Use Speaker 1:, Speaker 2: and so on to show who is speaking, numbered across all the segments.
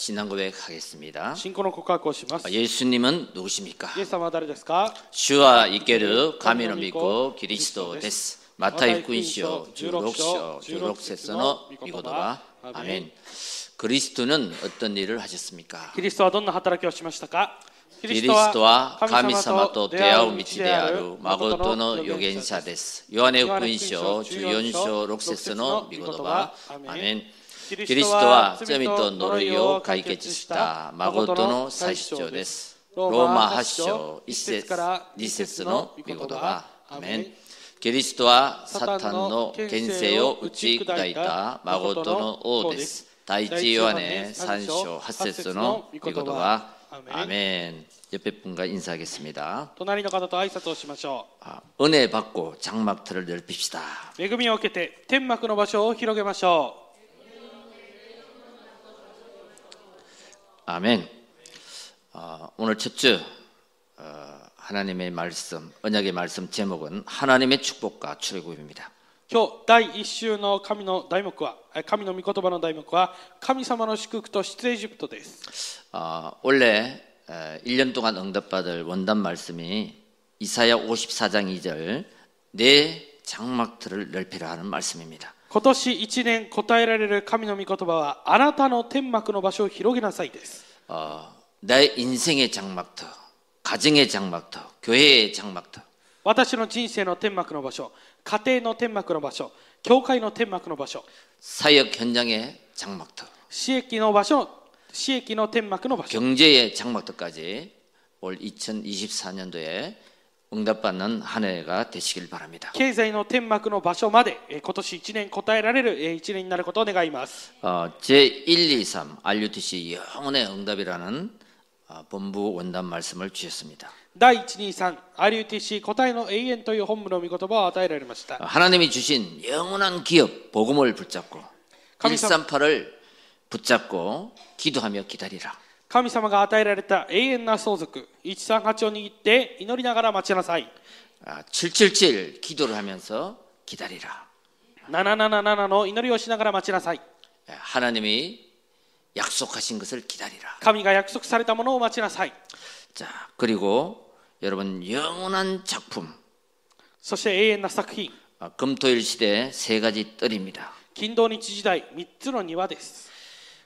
Speaker 1: 신앙 고백하겠습니다.
Speaker 2: 信仰の告白をします。イ
Speaker 1: 예수님은 누구십니까?
Speaker 2: エス様は誰ですか
Speaker 1: 주와 이케르 가미노 믿고 기리스도 데스 마타이 구인쇼 주록쇼 주록세서너 미고도가 아멘. 그리스도는 어떤 일을 하셨습니까?
Speaker 2: キリストはどんな働きをしましたかキ
Speaker 1: キリストは神様と出会う道である誠の預言者で。す。ヨハネ福音書14章6節の御言葉。アメン。キリストは罪と呪いを解決した誠の最主張です。ローマ8章1節から2節の御言葉。アメン。キリストはサタンの権勢を打ち砕いた誠の王です。第一ヨハネ3章8節の御言葉。アメン。옆에분과인사하겠습니다。
Speaker 2: 隣の方と挨拶をしましょ
Speaker 1: 아, 은혜 받고 장막틀을 넓힙시다.
Speaker 2: う。恵みを受けて天幕の場所を広げましょ
Speaker 1: 아멘. 아, 오늘 첫 주 어, 하나님의 말씀, 언약의 말씀 제목은 하나님의 축복과 출애굽입니다.
Speaker 2: う。今日第1週の神の題目は、え神の御言葉の題目は、神様の祝福と出エジプトです。
Speaker 1: 아, 원래 1년 동안 응답받을 원단 말씀이 이사야 54장 2절 내 장막틀을 넓히라 하는 말씀입니다.
Speaker 2: 今年1年答えられる神の御言葉は、あなたの天幕の場所を広げなさいです。
Speaker 1: 어, 내 인생의 장막터, 가정의 장막터, 교회의 장막터,
Speaker 2: 私の人生の天幕の場所、家庭の天幕の場所、教会の天幕の場所、
Speaker 1: 사역 현장의 장막터,
Speaker 2: 私益の場所、私益の天幕の場所、
Speaker 1: 경제의 장막터까지 올 2024년도에 응답받는 한 해가 되시길 바랍니다.
Speaker 2: 経済の天幕の場所まで、えー今年1年答えられるえー1年になることを願います。
Speaker 1: 어, 제123 RUTC 영혼의 응답이라는 어, 본부 원단 말씀을 주셨습니다.
Speaker 2: 第123、RUTC 答えの永遠という本部の御言葉を与えられまし
Speaker 1: 어,
Speaker 2: た。
Speaker 1: 하나님이 주신 영원한 기업 복음을 붙잡고
Speaker 2: 감사-
Speaker 1: 138을 붙잡고 기도하며 기다리라.
Speaker 2: 神様が与えられた永遠な相続、138を握って祈りながら待ちなさい。
Speaker 1: 아, 777 기도를 하면서 기다리라.
Speaker 2: 777の祈りをしながら待ちなさい。
Speaker 1: 예, 하나님이 약속하신 것을 기다리라.
Speaker 2: 神が約束されたものを待ちなさい。
Speaker 1: 자, 그리고 여러분 영원한 작품
Speaker 2: そして永遠な作品。
Speaker 1: 아, 금토일 시대 세 가지 뜰입니다.
Speaker 2: 金土日時代3つの庭です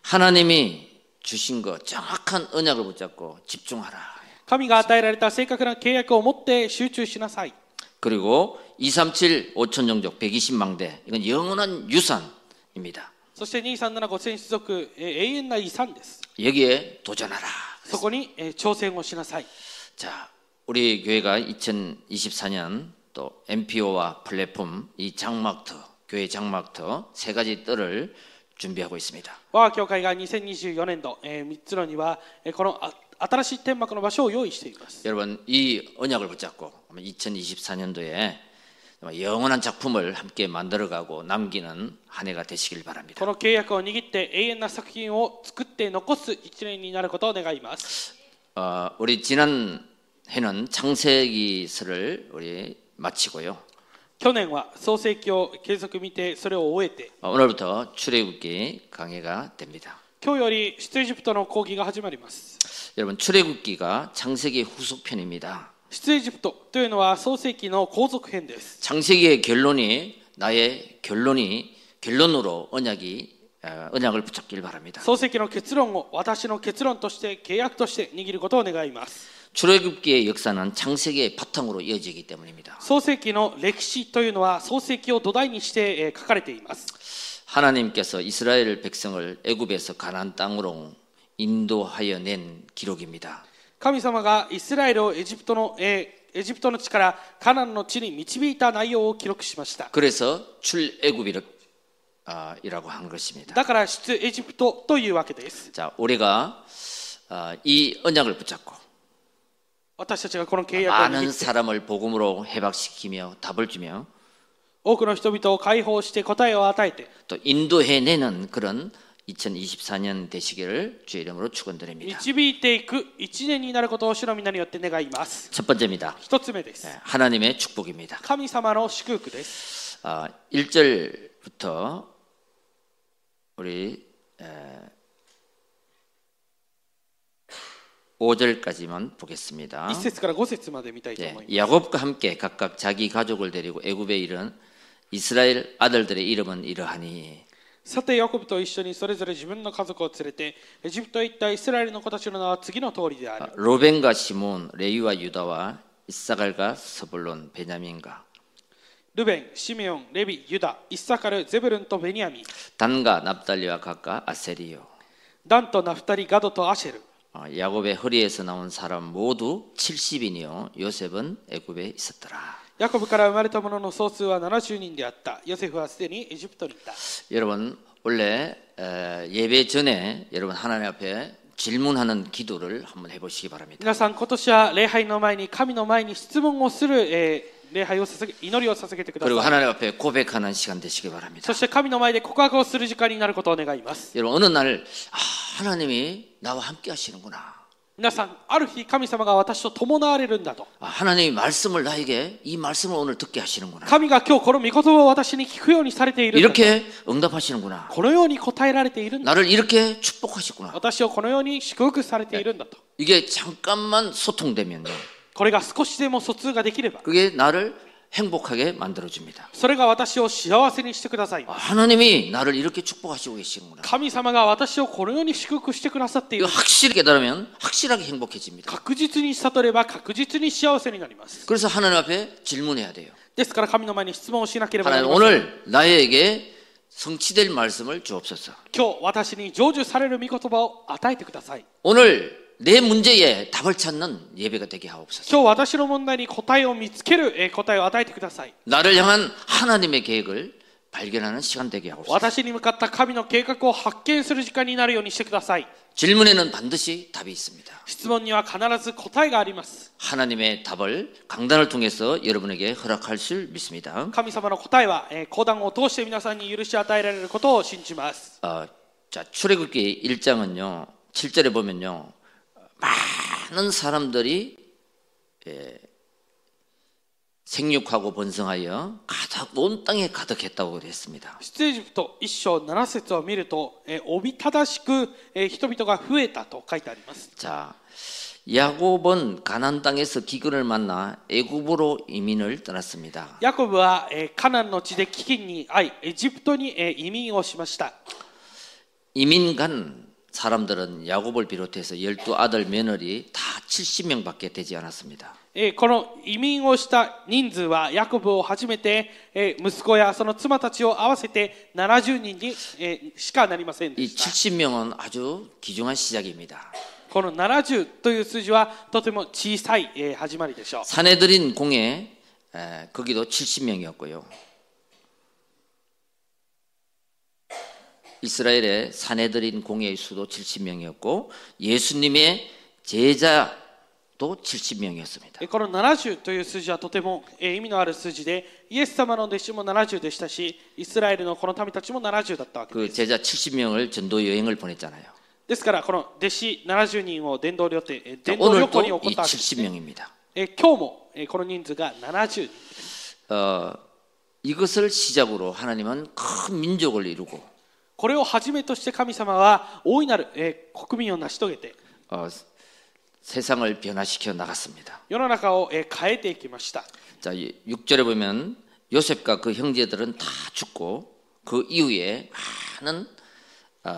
Speaker 1: 하나님이 주신 거 정확한 언약을 붙잡고 집중하라.
Speaker 2: 神が与えられた正確な契約を持って集中しなさい
Speaker 1: 그리고 237 5천 종족 120망대 이건 영원한 유산입니다.
Speaker 2: そして237五千種族えー永遠な遺産です
Speaker 1: 여기에 도전하라.
Speaker 2: そこにえー挑戦をしなさい
Speaker 1: 자, 우리 교회가 2024년 또 MPO와 플랫폼 이 장막터 교회 장막터 세 가지 뜰을 준비하고 있습니다.
Speaker 2: 我が教会が2024年度3つの庭えーこのあ新しい天幕の場所を用意しています
Speaker 1: 여러분 이 언약을 붙잡고 2024년도에 영원한 작품을 함께 만들어가고 남기는 한 해가 되시길 바랍니다.
Speaker 2: この契約を握って永遠な作品を作って残す1年になることを願います
Speaker 1: 어, 우리 지난 해는 창세기서를 우리 마치고요.
Speaker 2: 去年は創世記を継続見てそれを終えて
Speaker 1: 어, 오늘부터 출애굽기 강해가 됩니다.
Speaker 2: 今日より出エジプトの講義が始まります
Speaker 1: 여러분 출애굽기가 창세기 후속편입니다.
Speaker 2: 出エジプトというのは創世記の後続編です
Speaker 1: 창세기의 결론이 나의 결론이 결론으로 언약이 어, 언약을 붙잡길 바랍니다.
Speaker 2: 漱石の結論を私の結論として契約として握ることを願います
Speaker 1: 출애굽기의 역사는 창세기의 바탕으로 이어지기 때문입니다.
Speaker 2: 漱石の歴史というのは漱石を土台にしてえー書かれています
Speaker 1: 하나님께서 이스라엘 백성을 애굽에서 가나안 땅으로 인도하여 낸 기록입니다.
Speaker 2: 神様がイスラエルをエジプトの、えーエジプトの地からカナンの地に導いた内容を記録しました
Speaker 1: 그래서 출애굽이라고 한 것입니다.
Speaker 2: だから出エジプトというわけです
Speaker 1: 자, 우리가 아, 이 언약을 붙잡고
Speaker 2: 私たちがこの契約を
Speaker 1: 많은
Speaker 2: 握って
Speaker 1: 사람을 복음으로 해박시키며 답을 주며
Speaker 2: 多くの人々を解放して答えを与えて
Speaker 1: 또 인도해내는 그런 2024년 되시기를 주의 이름으로 축원드립니다.
Speaker 2: 導いていく一年になることを主の皆によって願います
Speaker 1: 첫 번째입니다.
Speaker 2: 一つ目です
Speaker 1: 하나님의 축복입니다.
Speaker 2: 神様の祝福です
Speaker 1: 아, 1절부터 우리 에, 5절까지만 보겠습니다.
Speaker 2: 1節から5節まで見たいと
Speaker 1: 네,
Speaker 2: 思います
Speaker 1: 야곱과 함께 각각 자기 가족을 데리고 애굽에 이른 이스라엘 아들들의 이름은 이러하니
Speaker 2: さてヤコブと一緒にそれぞれ自分の家族を連れてエジプトへ行ったイスラエルの子たちの名は次の通りである
Speaker 1: 아, 로벤과 시몬, 레위와 유다와 이사갈과 스불론, 베냐민과
Speaker 2: ルベン、シメオン、レビ、ユダ、イッサカル、ゼブルンとベニヤミン
Speaker 1: 단과 납달리와 각과 아세리요
Speaker 2: ダンとナフタリ、ガドとアシェル
Speaker 1: 어, 야곱의 허리에서 나온 사람 모두 70인이요 요셉은 애굽에 있었더라
Speaker 2: ヤコブから生まれた者の総数は70人であったヨセフはすでにエジプトにいた
Speaker 1: 여러분 원래 에, 예배 전에 여러분 하나님 앞에 질문하는 기도를 한번 해보시기 바랍니다
Speaker 2: 皆さん今年は礼拝の前に神の前に質問をする、えー礼拝を捧げ祈りを捧げてくだ
Speaker 1: 그리고
Speaker 2: さい
Speaker 1: 하나님 앞에 고백하는 시간 되시기 바랍니다
Speaker 2: そして神の前で告白をする時間になることを願います
Speaker 1: 여러분 어느 날 아, 하나님이 나와 함께 하시는구나
Speaker 2: 皆さんある日神様が私と伴われるんだと
Speaker 1: 아, 하나님이 말씀을 나에게 이 말씀을 오늘 듣게 하시는구나
Speaker 2: 神が今日この御言葉を私に聞くようにされているんだと
Speaker 1: 이렇게 응답하시는구나
Speaker 2: このように答えられているんだ
Speaker 1: 나를 이렇게 축복하시구나
Speaker 2: 私をこのように祝福されているんだと
Speaker 1: 이게 잠깐만 소통되면요
Speaker 2: これが少しでも疎通ができれば
Speaker 1: 그게 나를 행복하게 만들어줍니다
Speaker 2: それが私を幸せにしてください
Speaker 1: 아, 하나님이 나를 이렇게 축복하시고 계시는구나
Speaker 2: 神様が私をこのように祝福してくださってい
Speaker 1: 이거
Speaker 2: る
Speaker 1: 확실히 깨달으면 확실하게 행복해집니다
Speaker 2: 確実に悟れば確実に幸せになります
Speaker 1: 그래서 하나님 앞에 질문해야 돼요
Speaker 2: ですから神の前に質問をしなければなり
Speaker 1: 하나님
Speaker 2: ません
Speaker 1: 오늘 나에게 성취될 말씀을 주옵소서
Speaker 2: 今日私に成就される御言葉を与えてください
Speaker 1: 오늘 내 문제에 답을 찾는 예배가 되게 하옵소서
Speaker 2: 今日私の問題に答えを見つけるえー答えを与えてください
Speaker 1: 나를 향한 하나님의 계획을 발견하는 시간 되게 하옵소서
Speaker 2: 私に向かった神の計画を発見する時間になるようにしてください
Speaker 1: 질문에는 반드시 답이 있습니다
Speaker 2: 質問には必ず答えがあります
Speaker 1: 하나님의 답을 강단을 통해서 여러분에게 허락할 줄 믿습니다
Speaker 2: 神様の答えはえー講談を通して皆さんに許し与えられることを信じます
Speaker 1: 어, 자 출애굽기 1장은요 7절에 보면요 많은 사람들이 예, 생육하고 번성하여 가득 온 땅에 가득했다고 그랬습니다
Speaker 2: 出エジプト一章7節を見るとえーおびただしくえー人々が増えたと書いてあります
Speaker 1: 자 야곱은 가나안 땅에서 기근을 만나 애굽으로 이민을 떠났습니다
Speaker 2: ヤコブは、えーカナンの地で飢饉に遭い、エジプトに、えー移民をしました。
Speaker 1: 이민 간 사람들은 야곱을 비롯해서 12아들 며느리 다 70명밖에 되지 않았습니다
Speaker 2: えーこの移民をした人数は、ヤコブをはじめて、えー息子やその妻たちを合わせて70人に、えーしかなりませんで
Speaker 1: 이
Speaker 2: した。
Speaker 1: 70명은 아주 귀중한 시작입니다
Speaker 2: この70という数字はとても小さい、えー始まりでしょう。
Speaker 1: 사내들인 공에 에, 거기도 70명이었고요. 이스라엘의 사내들인 공의 수도 70명이었고 예수님의 제자도 70명이었습니다.
Speaker 2: えーこの70という数字はとても、えー意味のある数字で、イエス様の弟子も70でしたし、イスラエルのこの民たちも70だったわけです。
Speaker 1: 그 제자 70명을 전도 여행을 보냈잖아요.
Speaker 2: ですから、この弟子70人を伝道旅程、えー
Speaker 1: 자,
Speaker 2: 伝道旅行に行っ
Speaker 1: 그러니까 오늘도
Speaker 2: たわ
Speaker 1: 이
Speaker 2: けです。
Speaker 1: 70명입니다.
Speaker 2: えー今日も、えーこの人数が70人
Speaker 1: 어, 이것을 시작으로 하나님은 큰 민족을 이루고
Speaker 2: これをはじめとして神様は大いなる、えー国民を成し遂げて
Speaker 1: 어, 세상을 변화시켜 나갔습니다.
Speaker 2: 世の中を、えー変えていきました
Speaker 1: 자, 6절에 보면 요셉과 그 형제들은 다 죽고 그 이후에 많은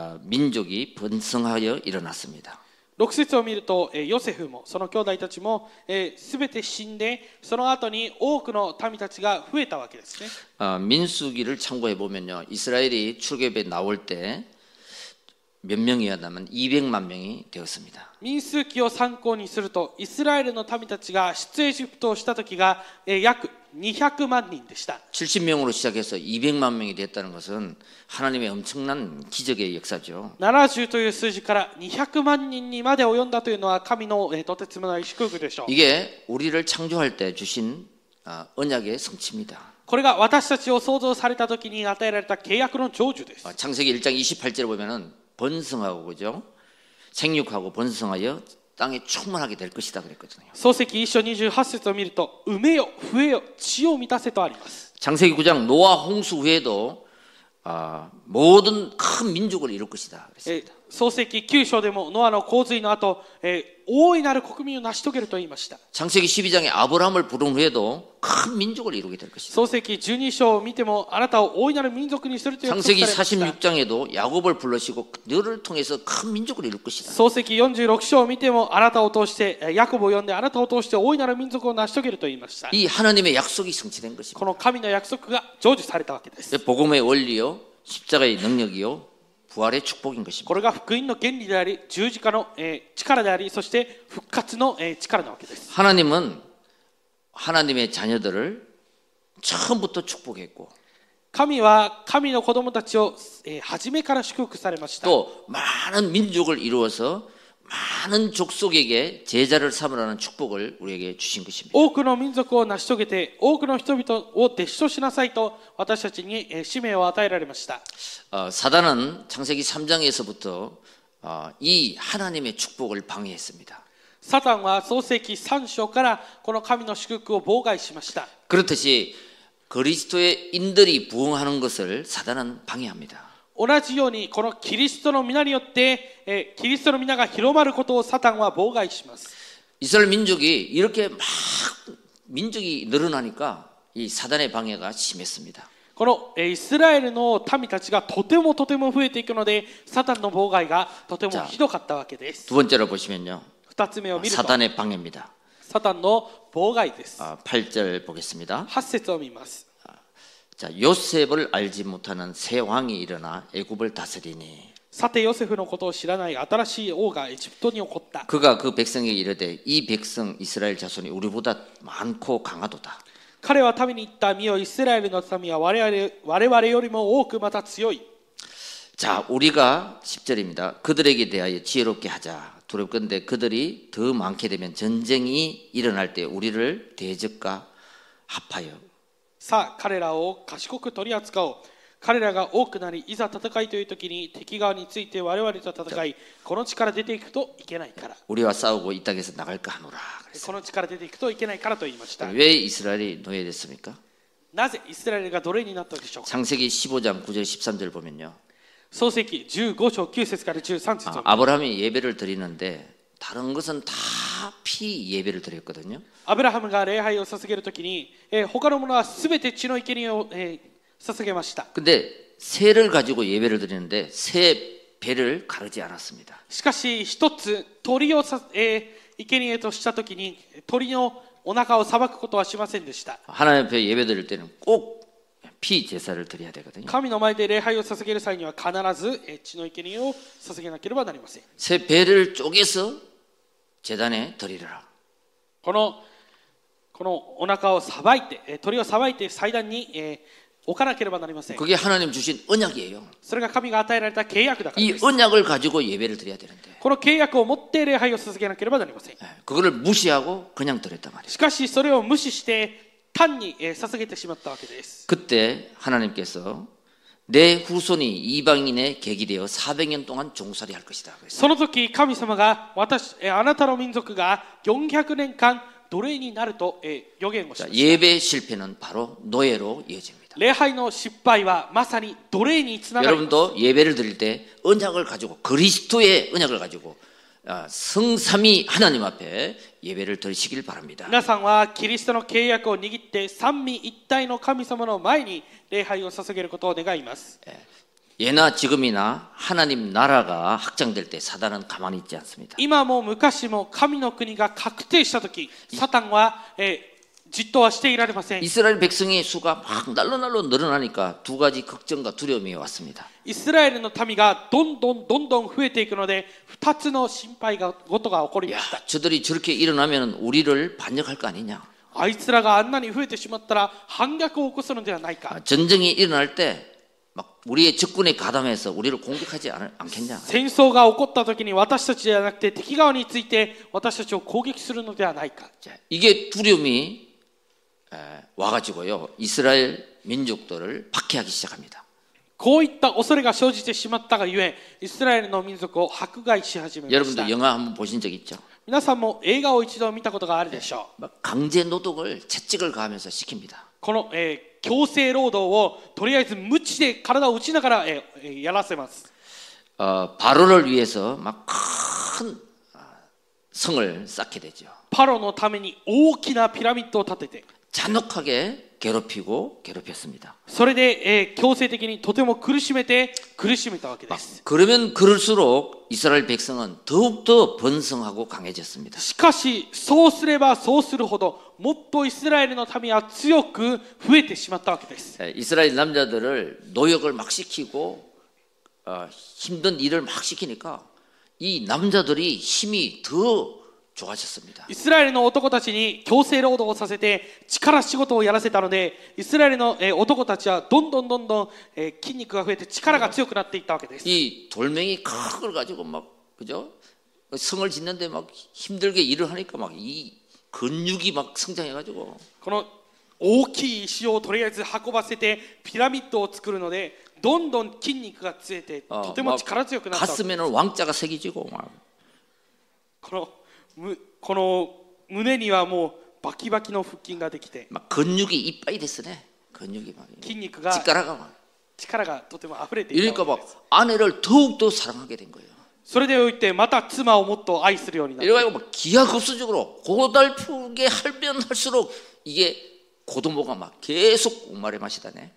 Speaker 1: 아, 민족이 번성하여 일어났습니다.
Speaker 2: 6節を見ると、えーヨセフもその兄弟たちもすべ、全て死んでその後に多くの民たちが増えたわけですね
Speaker 1: 아, 민수기를 참고해 보면요. 이스라엘이 출애굽에 나올 때 몇 명이었다면 200만 명이 되었습니다.
Speaker 2: 民数記を参考にするとイスラエルの民たちが出エジプトをした時が、えー約200万人でした
Speaker 1: 70명으로 시작해서 200만 명이 됐다는 것은 하나님의 엄청난 기적의 역사죠.
Speaker 2: 70という数字から200万人にまで及んだというのは神の、えーとてつもない祝福でしょう
Speaker 1: 이게 우리를 창조할 때 주신 아, 언약의 성취입니다.
Speaker 2: これが私たちを創造された時に与えられた契約の成就です
Speaker 1: 어, 창세기 1장 28절에 보면은 번성하고 그죠? 생육하고 번성하여 땅에 충만하게 될 것이다 그랬거든요.
Speaker 2: 創世記一章28節を見ると「埋めよ増えよ地を満たせ」とあります
Speaker 1: 창세기 9장 노아 홍수 후에도 아, 모든 큰 민족을 이룰 것이다. 그랬어요.
Speaker 2: えー創世記9章でもノアの洪水の後、えー大いなる国民を成し遂げると言いました。
Speaker 1: 창세기 12장에 아브라함을 부른 후에도 큰 민족을 이루게 될 것이다.
Speaker 2: 創世記12章を見てもあなたを大いなる民族にするという約束
Speaker 1: 창세기
Speaker 2: されました。
Speaker 1: 46장에도 야곱을 불러시고 너를 통해서 큰 민족을 이룰 것이다.
Speaker 2: 創世記46章を見てもあなたを通してえーヤコブを呼んであなたを通して大いなる民族を成し遂げると言いました。
Speaker 1: 이 하나님의 약속이 성취된 것입니다.
Speaker 2: この神の約束が成就されたわけです。
Speaker 1: 복음의 원리요, 십자가의 능력이요, 부활의 축복인 것입니다.
Speaker 2: これが福音の原理であり十字架の、えー力でありそして復活の、えー力なわけです
Speaker 1: 하나님은 하나님의 자녀들을 처음부터 축복했고
Speaker 2: 神は神の子供たちを、えー初めから祝福されました
Speaker 1: 또 많은 민족을 이루어서 많은 족속에게 제자를 삼으라는 축복을 우리에게 주신 것입니다.
Speaker 2: 多くの民族を成し遂げて多くの人々を弟子としなさいと私たちに、えー使命を与えられました
Speaker 1: 어, 사단은 창세기 3장에서부터 어, 이 하나님의 축복을 방해했습니다.
Speaker 2: サタンは創世記3章からこの神の祝福を妨害しました
Speaker 1: 그렇듯이 그리스도의 인들이 부흥하는 것을 사단은 방해합니다.
Speaker 2: 同じようにこのキリストの皆によって、えーキリストの皆が広まることをサタンは妨害します
Speaker 1: 이스라엘 민족이 이렇게 막 민족이 늘어나니까 이 사단의 방해가 심했습니다.
Speaker 2: このえーイスラエルの民たちがとてもとても増えていくのでサタンの妨害がとてもひどかったわけです
Speaker 1: 두 번째로 보시면요.
Speaker 2: 二つ目を見ると
Speaker 1: 사단의 방해입니다.
Speaker 2: サタンの妨害です
Speaker 1: 아, 8절 보겠습니다.
Speaker 2: 八節を見ます
Speaker 1: 자, 요셉을 알지 못하는 새 왕이 일어나 애굽을 다스리니
Speaker 2: さてヨセフのことを知らない新しい王がエジプトに起こった
Speaker 1: 그가 그 백성에게 이르되 이 백성 이스라엘 자손이 우리보다 많고 강하도다.
Speaker 2: 彼は民に言った身をイスラエルの民は我々我々よりも多くまた強い
Speaker 1: 자, 우리가 10절입니다. 그들에게 대하여 지혜롭게 하자. 두렵건대 그들이 더 많게 되면 전쟁이 일어날 때 우리를 대적과 합하여
Speaker 2: さあ彼らを賢く取り扱おう彼らが多くなりいざ戦いという時に敵側について我々と戦いこの地から出ていくといけないから
Speaker 1: 우리와 싸우고 이 땅에서 나갈까 하노라. 그랬어요.
Speaker 2: この地から出ていくといけないからと言いました。
Speaker 1: 왜 이스라엘이 노예됐습니까?
Speaker 2: なぜイスラエルが奴隷になったのでしょうか
Speaker 1: 창세기 15장 9절 13절 보면요.
Speaker 2: 創世記15章9節から13節を
Speaker 1: 아, 아브라함이 예배를 드리는데 다른 것은 다 피 예배를 드렸거든요.
Speaker 2: アブラハムが礼拝を捧げるときに、えー他のものはすべて血の生贄を、えー捧げました。
Speaker 1: 근데 새를 가지고 예배를 드리는데 새 배를 가르지 않았습니다.
Speaker 2: しかし一つ鳥をさ、えー生贄としたときに鳥のお腹をさばくことはしませんでした。
Speaker 1: 하나님 앞에 예배 드릴 때는 꼭 피 제사를 드려야 되거든요.
Speaker 2: 神の前で礼拝を捧げる際には必ず、えー血の生贄を捧げなければなりません。
Speaker 1: 새 배를 쪼개서 재단에 드리라.
Speaker 2: このこのお腹をさばいて、えー鳥をさばいて祭壇に、えー置かなければなりません。
Speaker 1: 그게 하나님 주신 언약이에요.
Speaker 2: それが神が与えられた契約だから
Speaker 1: 이
Speaker 2: です。
Speaker 1: 언약을 가지고 예배를 드려야 되는데
Speaker 2: この契約を持って礼拝を続けなければなりません。
Speaker 1: 예, 그거를 무시하고 그냥 드렸단 말이에요.
Speaker 2: しかしそれを無視して単にえー捧げてしまったわけです。
Speaker 1: 그때 하나님께서 내 후손이 이방인의 객이 되어 400년 동안 종살이 할 것이다. 그랬어요.
Speaker 2: その時神様が私えーあなたの民族が400年間奴隷になるとえー予言をし
Speaker 1: 자,
Speaker 2: ました。
Speaker 1: 예배 실패는 바로 노예로 이어집니다.
Speaker 2: 礼拝の失敗はまさに奴隷につながる。
Speaker 1: 여러분도 예배를 드릴 때 언약을 가지고 그리스도의 언약을 가지고 아, 성삼위 하나님 앞에 예배를 드리시길 바랍니다.
Speaker 2: 皆さんはキリストの契約を握って三位一体の神様の前に礼拝を捧げることを願います。
Speaker 1: 예나 지금이나 하나님 나라가 확장될 때 사단은 가만히 있지 않습니다.
Speaker 2: 今も昔も神の国が確定した時サタンは、えーじっとはしていられません
Speaker 1: 이스라엘 백성의 수가 막 날로날로 늘어나니까 두 가지 걱정과 두려움이 왔습니다.
Speaker 2: イスラエルの民がどんどんどんどん増えていくので2つの心配がことが起こりま
Speaker 1: 야,
Speaker 2: した
Speaker 1: 저들이 저렇게 일어나면 우리를 반역할 거 아니냐.
Speaker 2: あいつらがあんなに増えてしまったら反逆を起こすのではないか
Speaker 1: 아, 전쟁이 일어날 때 막 우리의 적군에 가담해서 우리를 공격하지 않, 않겠냐.
Speaker 2: 戦争が起こった時に私たちではなくて敵側について私たちを攻撃するのではないか
Speaker 1: 자, 이게 두려움이 에, 와가지고요. 이스라엘 민족들을 박해하기 시작합니다.
Speaker 2: こういった恐れが生じてしまったがゆえイスラエルの民族を迫害し始めました
Speaker 1: 여러분도 영화 한번 보신 적 있죠?
Speaker 2: 皆さんも映画を一度見たことがあるでしょう
Speaker 1: 막 강제 노동을 채찍을 가하면서 시킵니다.
Speaker 2: この、えー強制労働をとりあえず無知で体を打ちながら、えーえーやらせます。
Speaker 1: 어, 바로를 위해서 막 큰 아, 성을 쌓게 되죠.
Speaker 2: パロのために大きなピラミッドを建てて
Speaker 1: 잔혹하게 괴롭히고 괴롭혔습니다.
Speaker 2: それで、えー強制的にとても苦しめて苦しめたわけです。
Speaker 1: 그러면 그럴수록 이스라엘 백성은 더욱더 번성하고 강해졌습니다.
Speaker 2: しかし、そうすればそうするほど、もっとイスラエルの民は強く増えてしまったわけです。
Speaker 1: 예, 이스라엘 남자들을 노역을 막 시키고 어, 힘든 일을 막 시키니까 이 남자들이 힘이 더 좋아졌습니다.
Speaker 2: イスラエルの男たちに強制労働をさせて、力仕事をやらせたので、イスラエルの、えー男たちはどんどんどんどん、えー筋肉が増えて力が強くなっていったわけです。
Speaker 1: 이 돌멩이 큰 걸 가지고 막 그죠? 성을 짓는데 막 힘들게 일을 하니까 막 이 근육이 막 성장해가지고
Speaker 2: この大きい石をとりあえず運ばせて、ピラミッドを作るので、どんどん筋肉がついて、
Speaker 1: あ
Speaker 2: とても力強くなったわけです。
Speaker 1: 어, 가슴에는 왕자가 새겨지고 막
Speaker 2: このむこの胸にはもうバキバキの腹筋ができて
Speaker 1: 막 근육이 이빨이 됐으네. 근육이 막
Speaker 2: 筋肉が-
Speaker 1: 직가라가 막
Speaker 2: 力がとても溢れていた
Speaker 1: 이러니까 막 아내를 더욱더 사랑하게 된 거예요.
Speaker 2: それでおいてまた妻をもっと愛するようになる
Speaker 1: 이래가지고 막 기하급수적으로 고달프게 할면 할수록 이게 고도모가 막 계속 말의 맛이다네.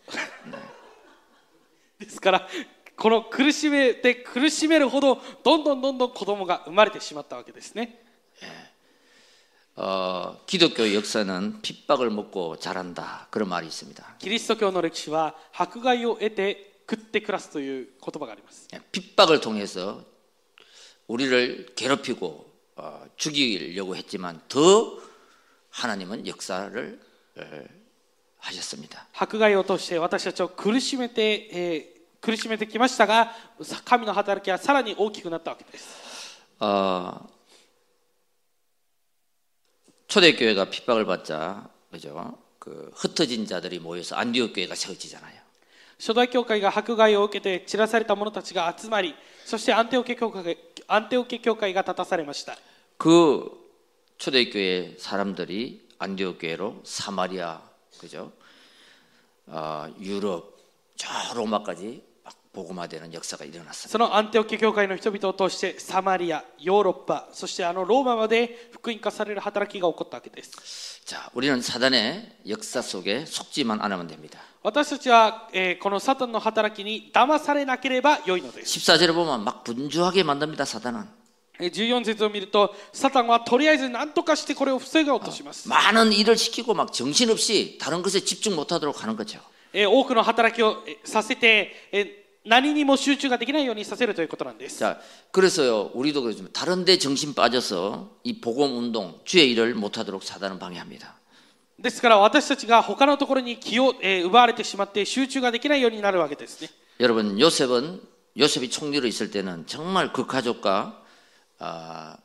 Speaker 2: ですからこの苦しめて苦しめるほどどんどんどんどん子供が生まれてしまったわけですね
Speaker 1: 어, 기독교 역사는 핍박을 먹고 자란다 그런 말이 있습니다.
Speaker 2: キリスト教の歴史は迫害を得て食って暮らすという言葉があります
Speaker 1: 예, 핍박을 통해서 우리를 괴롭히고 어, 죽이려고 했지만 더 하나님은 역사를 예, 하셨습니다.
Speaker 2: 迫害を通して私たちを苦しめて、えー苦しめてきましたが神の働きはさらに大きくなったわけです
Speaker 1: 어, 초대교회가 핍박을 받자 그죠? 그 흩어진 자들이 모여서 안디옥 교회가 세워지잖아요.
Speaker 2: 初代教会が迫害を受けて散らされた者たちが集まりそしてアンテオケ教会がアンテオケ教会が立たされました
Speaker 1: 그 초대교회 사람들이 안디옥 교회로 사마리아 그죠? 아, 유럽 저 로마까지 막 복음화되는 역사가 일어났어요.
Speaker 2: そのアンテオケ教会の人々を通してサマリアヨーロッパそしてあのローマまで福音化される働きが起こったわけです
Speaker 1: 자, 우리는 사단의 역사 속에 속지만 않으면 됩니다.
Speaker 2: 私たちは、えーこのサタンの働きに騙されなければ良いのです
Speaker 1: 14절에 보면 막 분주하게 만듭니다. 사단은
Speaker 2: えー14節を見るとサタンはとりあえず何とかしてこれを防ごうとします、
Speaker 1: 많은 일을 시키고 막 정신없이 다른 것에 집중 못하도록 하는 거죠.
Speaker 2: えー多くの働きをえーさせて、えー何にも集中ができないようにさせるということなんです
Speaker 1: 자, 그래서요, 우리도 그렇지만 다른데 정신 빠져서 이 복음 운동, 주의 일을 못하도록 사단은 방해합니다.
Speaker 2: ですから私たちが他のところに気を、えー奪われてしまって集中ができないようになるわけですね。
Speaker 1: 여러분 요셉은 요셉이 총리로 있을 때는 정말 그 가족과 아,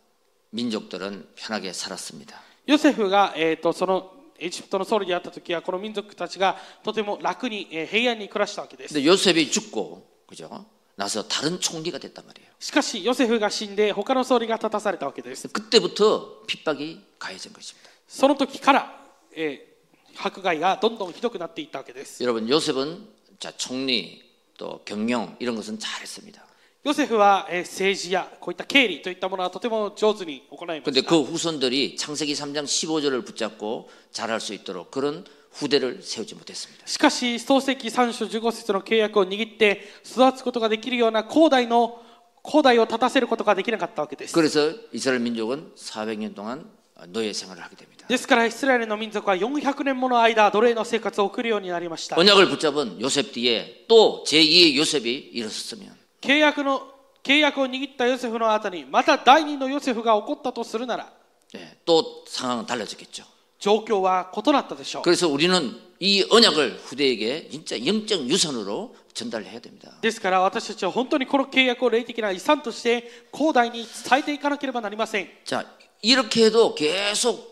Speaker 1: 민족들은 편하게 살았습니다.
Speaker 2: ヨセフが、えー、とそのエジプトの総理であった時はこの民族たちがとても楽に、えー平安に暮らしたわけです。
Speaker 1: 근데 요셉이 죽고 그죠? 나서 다른 총리가 됐단 말이에요.
Speaker 2: しかしヨセフが死んで他の総理が立たされたわけです。
Speaker 1: 그때부터 핍박이 가해진 것입니다.
Speaker 2: その時から、えー迫害がどんどんひどくなっていったわけです。
Speaker 1: 여러분 요셉은 자 총리 또 경영 이런 것은 잘했습니다.
Speaker 2: ヨセフは、えー政治やこういった経理といったものはとても上手に行いま
Speaker 1: 근데
Speaker 2: した。
Speaker 1: 그 후손들이 창세기 3장 15절을 붙잡고 잘할 수 있도록 그런 후대를 세우지 못했습니다.
Speaker 2: しかし創世記3章15節の契約を握って育つことができるような広大の広大を立たせることができなかったわけです。
Speaker 1: 그래서 이스라엘 민족은 400년 동안 노예 생활을 하게 됩니다.
Speaker 2: ですからイスラエルの民族は400年もの間奴隷の生活を送るようになりました。
Speaker 1: 언약을 붙잡은 요셉 뒤에 또 제2의 요셉이 일어섰으면
Speaker 2: 契約の契約を握ったヨセフの後にまた第二のヨセフが起こったとするなら
Speaker 1: 예, 또 상황은 달라졌겠죠.
Speaker 2: 状況は異なったでしょう。
Speaker 1: 그래서 우리는 이 언약을 후대에게 진짜 영적 유산으로 전달해야 됩니다.
Speaker 2: ですから私たちは本当にこの契約を霊的な遺産として広大に伝えていかなければなりません。
Speaker 1: 자, 이렇게 해도 계속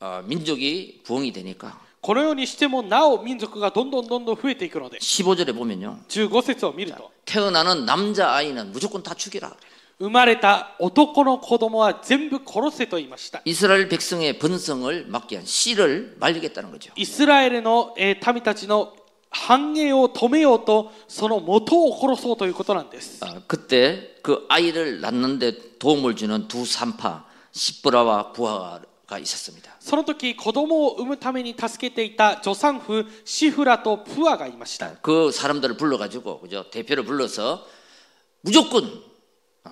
Speaker 1: 아, 민족이 부흥이 되니까
Speaker 2: このようにしてもなお民族がどんどんどんどん増えていくので
Speaker 1: 15절에 보면요.
Speaker 2: 15節を見ると
Speaker 1: 태어나는 남자 아이는 무조건 다 죽이라. 그래요.
Speaker 2: 生まれた男の子供は全部殺せと言いました。
Speaker 1: 이스라엘 백성의 번성을 막기 위한 씨를 말리겠다는 거죠.
Speaker 2: イスラエルのえー民たちの繁栄を止めようとその元を殺そうということなんです。
Speaker 1: 아, 그때 그 아이를 낳는데 도움을 주는 두 산파 시브라와 부하가 있었습니다.
Speaker 2: その時子供を産むために助けていた助産婦シフラとプアがいました。
Speaker 1: 그 사람들을 불러가지고 그죠 대표를 불러서 무조건 어,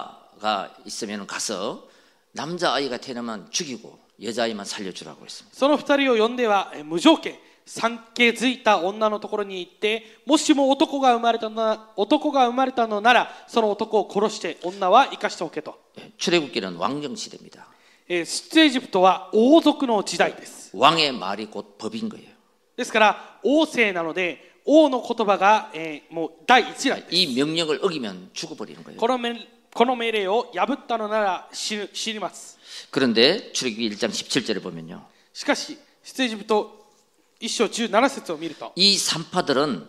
Speaker 1: 산파가 있으면 가서 남자 아이가 태어나면 죽이고 여자 아이만 살려주라고 했습니다.
Speaker 2: その二人を呼んではえー無条件産気づいた女のところに行ってもしも男が生まれたな男が生まれたのならその男を殺して女は生かしておけと、
Speaker 1: 예, 출애굽기는 왕정 시대입니다.
Speaker 2: えー出エジプトは王族の時代です
Speaker 1: 왕의 말이 곧 법인 거예요.
Speaker 2: ですから王政なので王の言葉が、えーもう第一来
Speaker 1: 이 명령을 어기면 죽어버리는 거예요.
Speaker 2: このめこの命令を破ったのなら死ぬ死にます
Speaker 1: 그런데 출애굽기 1장 17절에 보면요.
Speaker 2: しかし出エジプト一章17節を見ると
Speaker 1: 이 산파들은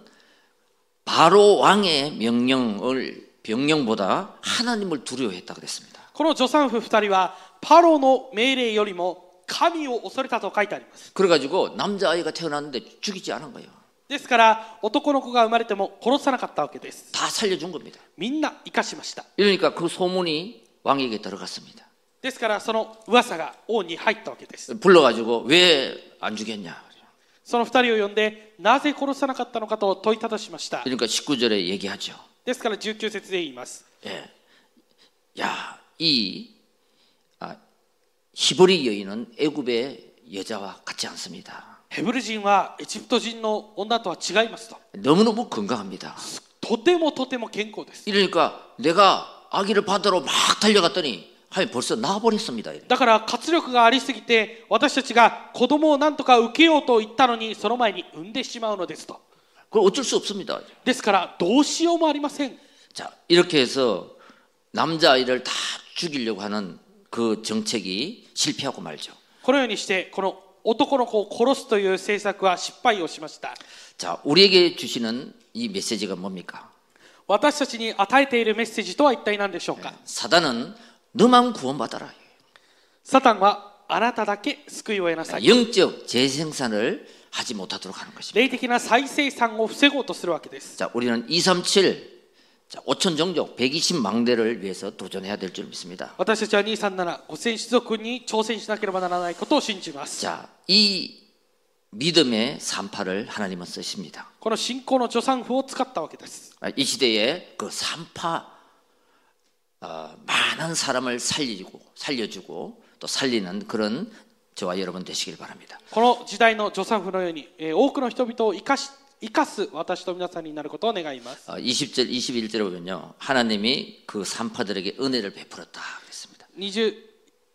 Speaker 1: 바로 왕의 명령을 명령보다 하나님을 두려워했다 그랬습니다.
Speaker 2: この助産婦二人はパロの命令よりも神を恐れたと書いてあります
Speaker 1: 그래가지고 남자 아이가 태어났는데 죽이지 않은 거예요.
Speaker 2: ですから男の子が生まれても殺さなかったわけです
Speaker 1: 다 살려준 겁니다.
Speaker 2: みんな生かしました
Speaker 1: 이러니까 그 소문이 왕에게 들어갔습니다.
Speaker 2: ですからその噂が王に入ったわけです
Speaker 1: 불러가지고 왜 안 죽였냐.
Speaker 2: その二人を呼んでなぜ殺さなかったのかと問いただしました
Speaker 1: 그러니까 19절에 얘기하죠.
Speaker 2: ですから19節で言います
Speaker 1: 예. 야, 이 아, 히브리 여인은 애굽의 여자와 같지 않습니다.
Speaker 2: ヘブル人はエジプト人の女とは違いますと
Speaker 1: 너무너무 건강합니다.
Speaker 2: とてもとても健康です
Speaker 1: 이러니까 내가 아기를 받으러 막 달려갔더니 하나님 벌써 나버렸습니다. 이래.
Speaker 2: だから活力がありすぎて私たちが子供をなんとか受けようと言ったのにその前に産んでしまうのですと
Speaker 1: 그걸 어쩔 수 없습니다.
Speaker 2: ですからどうしようもありません
Speaker 1: 자, 이렇게 해서 남자 아이를 다 죽이려고 하는 그 정책이 실패하고 말죠.
Speaker 2: このようにしてこの男の子を殺すという政策は失敗をしました
Speaker 1: 자, 우리에게 주시는 이 메시지가 뭡니까?
Speaker 2: 私たちに与えているメッセージとは一体何でしょうか
Speaker 1: 사단은 너만 구원받아라.
Speaker 2: サタンはあなただけ救いを得なさい
Speaker 1: 영적 재생산을 하지 못하도록 하는 것입니다.
Speaker 2: 霊的な再生産を防ごうとするわけです
Speaker 1: 자, 우리는 237 자, 5천 종족 120망대를 위해서 도전해야 될 줄 믿습니다.
Speaker 2: 私たちは237 5000種族に挑戦しなければならないことを信じます
Speaker 1: 자, 이 믿음의 산파를 하나님은 쓰십니다.
Speaker 2: この信仰の助産婦を使ったわけです
Speaker 1: 아, 이 시대에 그 산파 어, 많은 사람을 살리고 살려주고 또 살리는 그런 저와 여러분 되시길 바랍니다.
Speaker 2: この時代の助産婦のように、えー多くの人々を生かし生かす私と皆さんになることを願います
Speaker 1: 어, 20절 21절에 보면요. 하나님이 그 산파들에게 은혜를 베풀었다 그랬습니다.
Speaker 2: 20,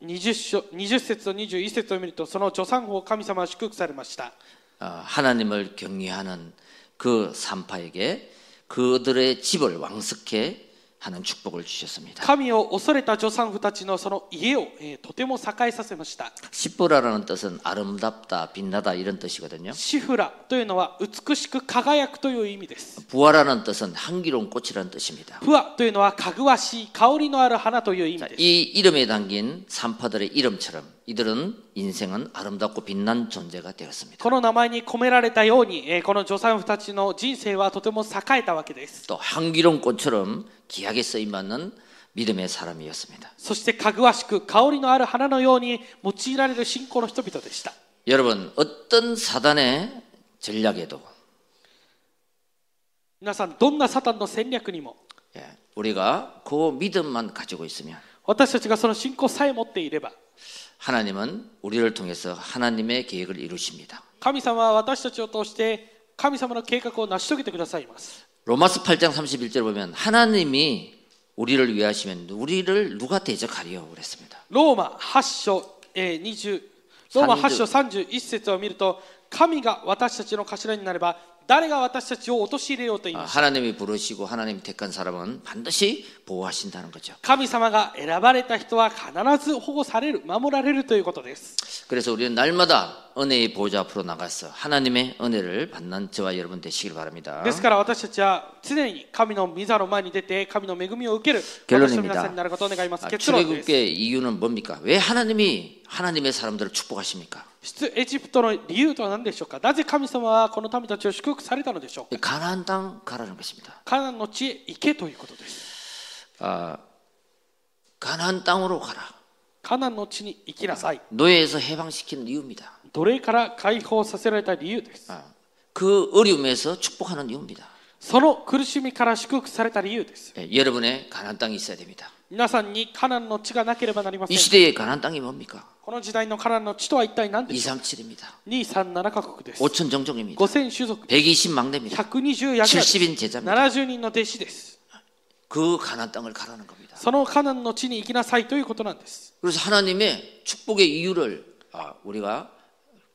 Speaker 2: 20, 章20節と21節を見るとその助産婦を神様は祝福されました
Speaker 1: 어, 하나님을 경외하는 그 산파에게 그들의 집을 왕성케 하는 축복을 주셨습니다.
Speaker 2: 神を恐れた助産婦たちのその家を、えーとても栄えさせました
Speaker 1: 십보라라는 뜻은 아름답다, 빛나다 이런 뜻이거든요.
Speaker 2: シフラというのは美しく輝くという意味です
Speaker 1: 부화라는 뜻은 향기로운 꽃이라는 뜻입니다.
Speaker 2: プアというのはかぐわしい香りのある花という意味です
Speaker 1: 이 이름에 담긴 산파들의 이름처럼 이들은 인생은 아름답고 빛난 존재가 되었습니다.
Speaker 2: この名前に込められたように、えーこの助産婦たちの人生はとても栄えたわけです
Speaker 1: 또 향기로운 꽃처럼 귀하게 쓰임받는 믿음의 사람이었습니다.
Speaker 2: そしてかぐわしく香りのある花のように用いられる信仰の人々でした
Speaker 1: 여러분 어떤 사단의 전략에도
Speaker 2: 皆さんどんなサタンの戦略にも
Speaker 1: 예, 우리가 그 믿음만 가지고 있으면
Speaker 2: 私たちがその信仰さえ持っていれば
Speaker 1: 하나님은 우리를 통해서 하나님의 계획을 이루십니다.
Speaker 2: 神様は私たちを通して神様の計画を成し遂げてくださいます
Speaker 1: 로마서 8장 31절 보면 하나님이 우리를 위하시면 우리를 누가 대적하리요 그랬습니다.
Speaker 2: ローマ8章、えー20ローマ8章31節を見ると神が私たちの頭になれば誰が私たちを陥れようと言い
Speaker 1: 아,
Speaker 2: ます
Speaker 1: 하나님이 부르시고 하나님 택한 사람은 반드시 보호하신다는 거죠.
Speaker 2: 神様が選ばれた人は必ず保護される守られるということです
Speaker 1: 그래서 우리는 날마다 은혜의 보좌 앞으로 나가서 하나님의 은혜를 받는 저와 여러분 되시길 바랍니다.
Speaker 2: ですから私たちは常に神の御座の前に出て神の恵みを受ける
Speaker 1: 결론입니다
Speaker 2: 私の皆さんになることを願います
Speaker 1: 아,
Speaker 2: 結論です
Speaker 1: 출애굽의 이유는 뭡니까? 왜 하나님이 하나님의 사람들을 축복하십니까?
Speaker 2: 出エジプトの理由とは何でしょうかなぜ神様はこの民たちを祝福されたのでしょうか
Speaker 1: 가나안 땅 가라는 것입니다.
Speaker 2: カナンの地へ行けということです。
Speaker 1: 아, 가나안 땅으로 가라.
Speaker 2: カナンの地に行きなさい。
Speaker 1: 노예에서 해방시키는 이유입니다.
Speaker 2: 奴隷から解放させられた理由です。
Speaker 1: 아, 그 어려움에서 축복하는 이유입니다.
Speaker 2: その苦しみから祝福された理由です。
Speaker 1: 예, 여러분의 가나안 땅이 있어야 됩니다.
Speaker 2: 皆さんにカナンの地がなければなりませ
Speaker 1: 이
Speaker 2: ん。
Speaker 1: 시대의 가나안 땅이 뭡니까?
Speaker 2: この時代のカナンの地とは一体何でしょ
Speaker 1: 237입니다.
Speaker 2: う ?237 カ国です。
Speaker 1: 5천 정종입니다.
Speaker 2: 5000種族、
Speaker 1: 120망대입니다.
Speaker 2: 120役割、
Speaker 1: 70인 제자입니다.
Speaker 2: 70人の弟子です。
Speaker 1: 그 가나안 땅을 가라는 겁니다.
Speaker 2: そのカナンの地に行きなさいということなんです。
Speaker 1: 그래서 하나님의 축복의 이유를 아, 우리가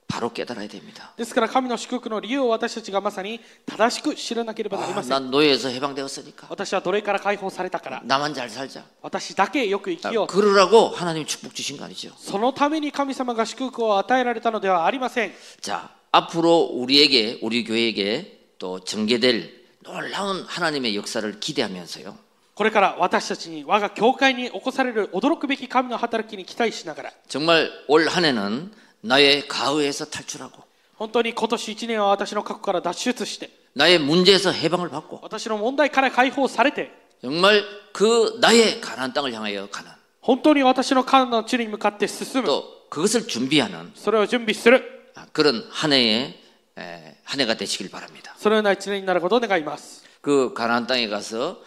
Speaker 1: 바로 깨달아야 됩니다.
Speaker 2: ですから神の祝福の理由を私たちがまさに正しく知らなければなり
Speaker 1: 아,
Speaker 2: ません。
Speaker 1: 난 노예에서 해방되었으니까
Speaker 2: 私は奴隷から解放されたから、
Speaker 1: 나만 잘 살자.
Speaker 2: 私だけよく生
Speaker 1: 아,
Speaker 2: きよう。
Speaker 1: 그러라고 하나님 축복 주신 거 아니죠.
Speaker 2: そのために神様が祝福を与えられたのではありません。
Speaker 1: 자, 앞으로 우리에게 우리 교회에게 또 전개될 놀라운 하나님의 역사를 기대하면서요.
Speaker 2: これから私たちに我が教会に起こされる驚くべき神の働きに期待しながら
Speaker 1: 정말 올 한해는 나의 가후에서 탈출하고
Speaker 2: 本当に今年1年は私の過去から脱出して
Speaker 1: 나의 문제에서 해방을 받고
Speaker 2: 私の問題から解放されて
Speaker 1: 정말 그 나의 가난 땅을 향하여 가는
Speaker 2: 本当に私のカナダの地に向かって進む
Speaker 1: 또 그것을 준비하는
Speaker 2: それを準備する
Speaker 1: 아, 그런 한 해의 에, 한 해가 되시길 바랍니다.
Speaker 2: そのような1年になることを願います
Speaker 1: 그 가나안 땅에 가서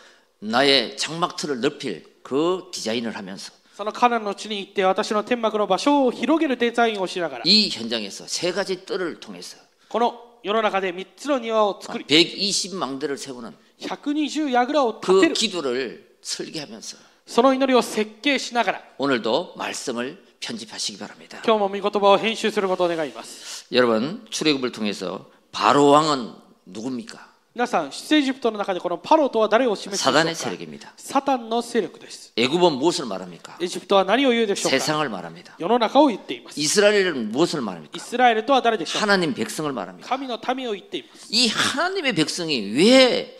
Speaker 1: 나의 장막틀을 넓힐 그 디자인을 하면서
Speaker 2: そのカナダの地に行って私の天幕の場所を広げるデザインをしながら
Speaker 1: 이 현장에서 세 가지 뜰을 통해서
Speaker 2: この世の中で3つの庭を作り
Speaker 1: 120망대를 세우는
Speaker 2: 120櫓を建て
Speaker 1: 그
Speaker 2: る
Speaker 1: 기도를 설계하면서
Speaker 2: その祈りを設計しながら
Speaker 1: 오늘도 말씀을 편집하시기 바랍니다.
Speaker 2: 今日も御言葉を編集することを願います
Speaker 1: 여러분 출애굽을 통해서 바로 왕은 누굽니까?
Speaker 2: 皆さん、出エジプトの中でこのパロとは誰を示すでしょう
Speaker 1: 사단의
Speaker 2: か
Speaker 1: 세력입니다.
Speaker 2: サタンの勢力です。
Speaker 1: 애굽은 무엇을 말합니까?
Speaker 2: エジプトは何を言うで
Speaker 1: 예,
Speaker 2: しょうか
Speaker 1: 세상을 말합니다.
Speaker 2: 世の中を言っています。
Speaker 1: 이스라엘은 무엇을
Speaker 2: イ
Speaker 1: 말합니까?
Speaker 2: スラエルとは誰でしょうか
Speaker 1: 하나님 백성을 말합니다.
Speaker 2: 神の民を言っています。
Speaker 1: 이 하나님의 백성이 왜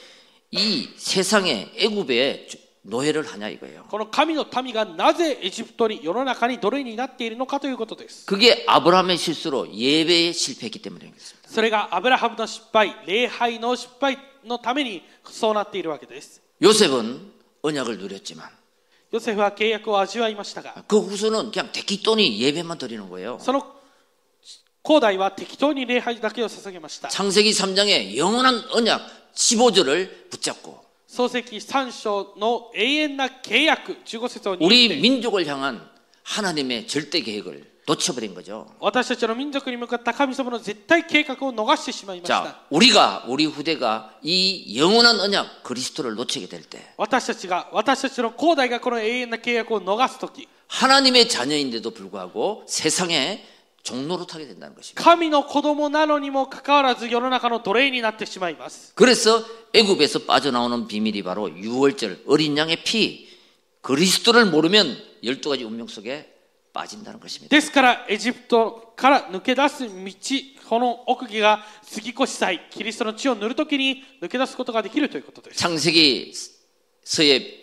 Speaker 1: 이 세상에 애굽에 노예를 하냐 이거예요.
Speaker 2: この神の民がなぜエジプトに世の中に奴隷になっているのかということです。
Speaker 1: 그게 아브라함의 실수로 예배에 실패했기 때문인 것입니다.
Speaker 2: それがアブラハムの失敗、礼拝の失敗のためにそうなっているわけです。
Speaker 1: 요셉은 언약을 누렸지만
Speaker 2: ヨセフは契約を味わいましたが、
Speaker 1: 그 후손은 그냥 대기돈이 예배만 드리는 거예요.
Speaker 2: その後代は適当に礼拝だけを捧げました。
Speaker 1: 창세기 3장의 영원한 언약 15절을 붙잡고
Speaker 2: 創世記3章の永遠な契約、15節を握って
Speaker 1: 우리 민족을 향한 하나님의 절대 계획을 놓쳐버린 거죠.
Speaker 2: 私たちの民族に向かった神様の絶対計画を逃してしまいました
Speaker 1: 자, 우리가 우리 후대가 이 영원한 언약 그리스도를 놓치게 될 때
Speaker 2: 私たちが私たちの後代がこの永遠な契約を逃す時
Speaker 1: 하나님의 자녀인데도 불구하고 세상에 종로로 타게 된다는 것입니다.
Speaker 2: 神の子供なのにもかかわらず世の中の奴隷になってしまいます
Speaker 1: 그래서 애굽에서 빠져나오는 비밀이 바로 6월절 어린 양의 피 그리스도를 모르면 12가지 운명 속에 빠진다는 것입니다.
Speaker 2: ですからエジプトから抜け出す道この奥義が杉越祭キリストの血を塗る時に抜け出すことができるということです
Speaker 1: 창세기 서의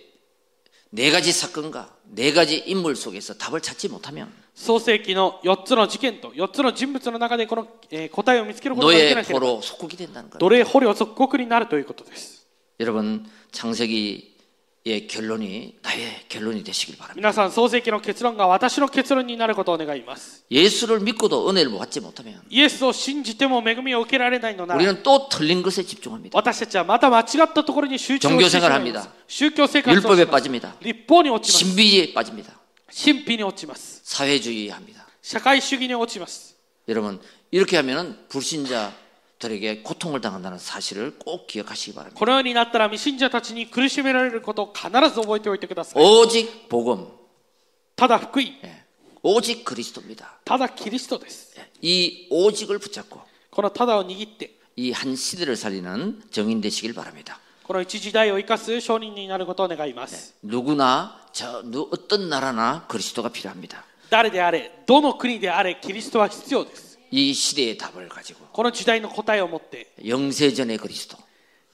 Speaker 1: 네 가지 사건과 네 가지 인물 속에서 답을 찾지 못하면
Speaker 2: 創世記の4つの事件と4つの人物の中でこの、えー答えを見つけることができ
Speaker 1: 노예
Speaker 2: なければ
Speaker 1: 포로 속국이 된다는 거예요.
Speaker 2: 奴隷捕虜属国になるということです
Speaker 1: 여러분 창세기의 결론이 나의 결론이 되시길 바랍니다.
Speaker 2: 皆さん創世記の結論が私の結論になることを願います
Speaker 1: 예수를 믿고도 은혜를 받지 못하면
Speaker 2: イエスを信じても恵みを受けられないのなら
Speaker 1: 우리는 또 틀린 것에 집중합니다.
Speaker 2: 私たちはまた間違ったところに集中をしてしまいます宗教生活をし
Speaker 1: 율법에
Speaker 2: ます
Speaker 1: 빠집니다.
Speaker 2: 立法に落ちます
Speaker 1: 신비에 빠집니다.
Speaker 2: 神秘に落ちます
Speaker 1: 사회주의합니다.
Speaker 2: 社会主義に落ちます
Speaker 1: 여러분 이렇게 하면은 불신자들에게 고통을 당한다는 사실을 꼭 기억하시기 바랍니다.
Speaker 2: このようになったら未信者たちに苦しめられることを必ず覚えておいてください
Speaker 1: 오직 복음,
Speaker 2: ただ福音
Speaker 1: 예. 오직 그리스도입니다.
Speaker 2: ただキリストです
Speaker 1: 예. 이 오직을 붙잡고
Speaker 2: このただを握って
Speaker 1: 이 한 시대를 살리는 정인 되시길 바랍니다.
Speaker 2: この一時代を生かす商人になることを願います
Speaker 1: 누구나 저 누- 어떤 나라나 그리스도가 필요합니다.
Speaker 2: 誰であれどの国であれキリストは必要です
Speaker 1: 이 시대의 답을 가지고
Speaker 2: この時代の答えを持って
Speaker 1: 영세전의 그리스도,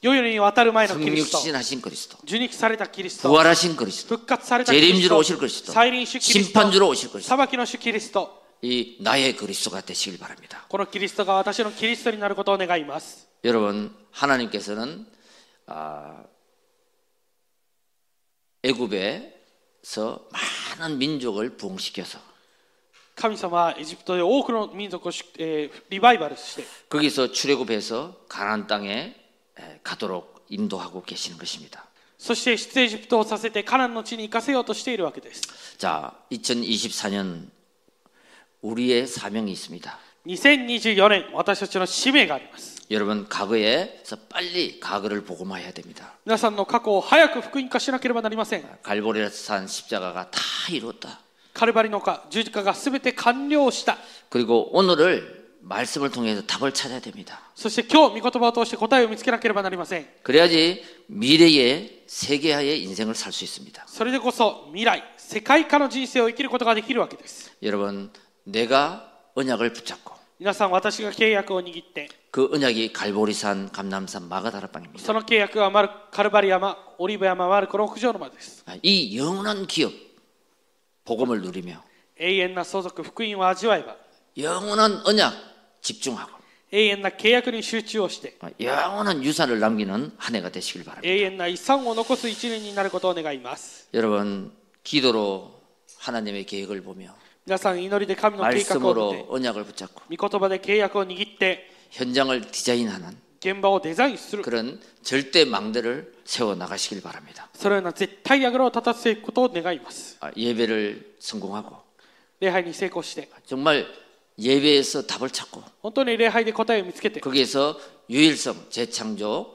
Speaker 2: 世々に渡る前のキリスト
Speaker 1: 성육신하신 그리스도,
Speaker 2: 受肉されたキリスト
Speaker 1: 부활하신 그리스도,
Speaker 2: 復活されたキリス
Speaker 1: 재림주로
Speaker 2: ト
Speaker 1: 오실 그리스도,
Speaker 2: 再臨主キリスト
Speaker 1: 심판주로 오실 그리스도,
Speaker 2: 裁きの主キリスト
Speaker 1: 이 나의 그리스도가 되시길 바랍니다.
Speaker 2: このキリストが私のキリストになることを願います。
Speaker 1: 여러분 하나님께서는 아, 애굽에서 많은 민족을 부흥시켜서
Speaker 2: 神様はエジプトで多くの民族をし、えーリバイバルして、
Speaker 1: 거기서 출애굽해서 가나안 땅에 에, 가도록 인도하고 계시는 것입니다.
Speaker 2: そして出エジプトをさせてカナンの地に行かせようとしているわけです。
Speaker 1: 자 2024년 우리의 사명이 있습니다.
Speaker 2: 2024年、私たちの使命があります。
Speaker 1: 여러분 과거에서 빨리 과거를 복음화해야 됩니다.
Speaker 2: 皆さんの過去を早く福音化しなければなりません。
Speaker 1: 갈보리산 십자가가 다 이뤘다.
Speaker 2: カルバリの丘、十字架が全て完了した。
Speaker 1: 그리고 오늘을 말씀을 통해서 답을 찾아야 됩니다.
Speaker 2: そして今日、御言葉を通して答えを見つけなければなりません。
Speaker 1: 그래야지 미래의 세계화의 인생을 살 수 있습니다.
Speaker 2: それでこそ未来、世界化の人生を生きることができるわけです。
Speaker 1: 여러분, 내가 언약을 붙잡고
Speaker 2: 皆さん、私が契約を握って、
Speaker 1: 그 언약이 갈보리산, 감남산, 마가다라빵입니다.
Speaker 2: その契約はマルカルバリ山、オリーブ山、マルコの屋上の間です。
Speaker 1: 아, 이 영원한 기업, 복음을 누리며
Speaker 2: 永遠な相続、福音を味わえば、
Speaker 1: 영원한 언약 집중하고 아,
Speaker 2: 永遠な契約に集中をして、
Speaker 1: 영원한 유산을 남기는 한 해가 되시길 바랍니다.
Speaker 2: 永遠な遺産を残す一年になることを願います。
Speaker 1: 여러분, 기도로 하나님의 계획을 보며
Speaker 2: 皆さん、祈りで神の計画を見
Speaker 1: 말씀으로
Speaker 2: て、
Speaker 1: 언약을 붙잡고
Speaker 2: 御言葉で契約を握って、
Speaker 1: 현장을 디자인하는
Speaker 2: 現場をデザインする、
Speaker 1: 그런 절대 망대를 세워 나가시길 바랍니다.
Speaker 2: そのような絶対にあぐらを立たせていくことを願います。
Speaker 1: 아, 예배를 성공하고
Speaker 2: 礼拝に成功して、
Speaker 1: 정말 예배에서 답을 찾고
Speaker 2: 本当に礼拝で答えを見つけて、
Speaker 1: 거기에서 유일성 재창조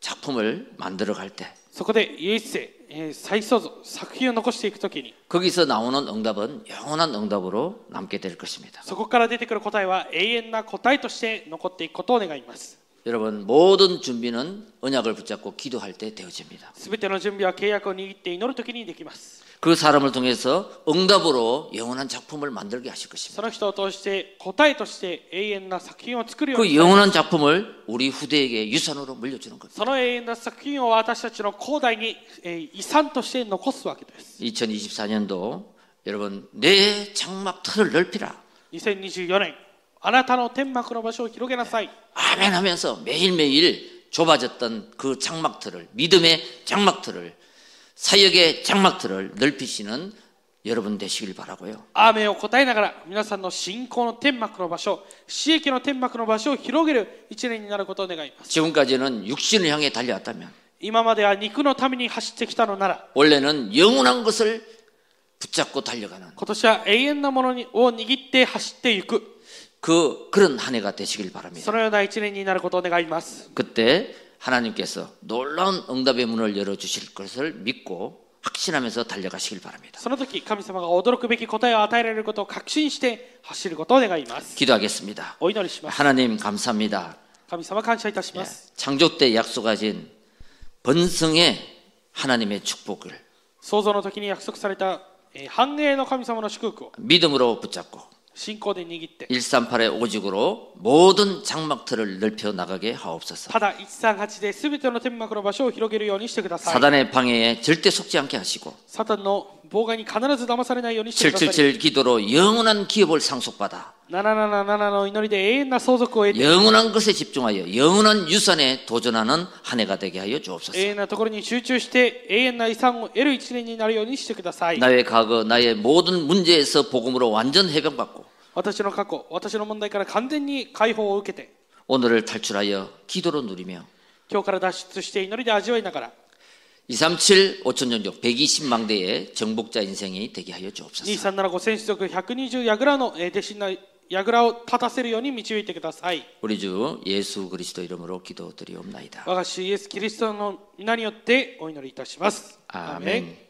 Speaker 1: 작품을 만들어 갈 때
Speaker 2: そこで唯一性、えー再創造、作品を残していくときに、
Speaker 1: 거기서 나오는 응답은 영원한 응답으로 남게 될 것입니다.
Speaker 2: そこから出てくる答えは永遠な答えとして残っていくことを願います。
Speaker 1: 여러분 모든 준비는 언약을 붙잡고 기도할 때 되어집니다.
Speaker 2: すべての準備は契約を握って祈るときにできます。
Speaker 1: 그 사람을 통해서 응답으로 영원한 작품을 만들게 하실 것입니다.
Speaker 2: その人を通して答えとして永遠な作品を作るよう
Speaker 1: 그
Speaker 2: に、
Speaker 1: 영원한 작품을 우리 후대에게 유산으로 물려주는 겁니다.
Speaker 2: その永遠な作品を私たちの後代に、えー遺産として残すわけです。
Speaker 1: 2024년도 여러분 내 장막 틀을 넓히라.
Speaker 2: 2024年、あなたの天幕の場所を広げなさい。
Speaker 1: 아멘 하면서 매일매일 좁아졌던 그 장막 틀을 믿음의 장막 틀을 사역의 장막 틀을 넓히시는 여러분 되시길 바라고요.
Speaker 2: アーメンを答えながら皆さんの信仰の天幕の場所、私益の天幕の場所を広げる一年になることを願います。
Speaker 1: 지금까지는 육신을 향해 달려왔다면
Speaker 2: 今までは肉のために走ってきたのなら
Speaker 1: 원래는 영원한 것을 붙잡고 달려가는
Speaker 2: 今年は永遠なものにを握って走っていく
Speaker 1: 그 그런 한 해가 되시길 바랍니다.
Speaker 2: そのような一年になることを願います
Speaker 1: 그때 하나님께서 놀라운 응답의 문을 열어 주실 것을 믿고 확신하면서 달려가시길 바랍니다.
Speaker 2: その時神様が驚くべき答えを与えられることを確信して走ることを願います
Speaker 1: 기도하겠습니다.
Speaker 2: お祈りします
Speaker 1: 하나님 감사합니다.
Speaker 2: 神様感謝いたします
Speaker 1: 창조 때 약속하신 번성의 하나님의 축복을
Speaker 2: 創造の時に約束されたえー繁栄の神様の祝福を
Speaker 1: 믿음으로 붙잡고
Speaker 2: 信仰で握って
Speaker 1: 138의 오직으로 모든 장막틀을 넓혀 나가게 하옵소서.
Speaker 2: ただ138で全ての天幕の場所を広げるようにしてください
Speaker 1: 사단의 방해에 절대 속지 않게 하시고
Speaker 2: サタンの妨害に必ず騙されないようにしてください
Speaker 1: 777 기도로 영원한 기업을 상속받아
Speaker 2: 777の祈りで永遠な相続を得て
Speaker 1: 영원한 것에 집중하여 영원한 유산에 도전하는 한 해가 되게 하여 주옵소서.
Speaker 2: 永遠なところに集中して永遠な遺産を得る一年になるようにしてください
Speaker 1: 나의 과거, 나의 모든 문제에서 복음으로 완전 해병받고
Speaker 2: 私の過去私の問題から完全に解放を受けて
Speaker 1: 오늘을 탈출하여 기도로 누리며
Speaker 2: 今日から脱出して祈りで味わいながら
Speaker 1: 237 5천전족 120망대의 정복자 인생이 되게 하여 주옵소서.
Speaker 2: 2375選手族120ヤグラのえー弟子のヤグラを立たせるように導いてください
Speaker 1: 우리 주 예수 그리스도 이름으로 기도드리옵나이다.
Speaker 2: 我が主イエスキリストの皆によってお祈りいたします
Speaker 1: 아멘.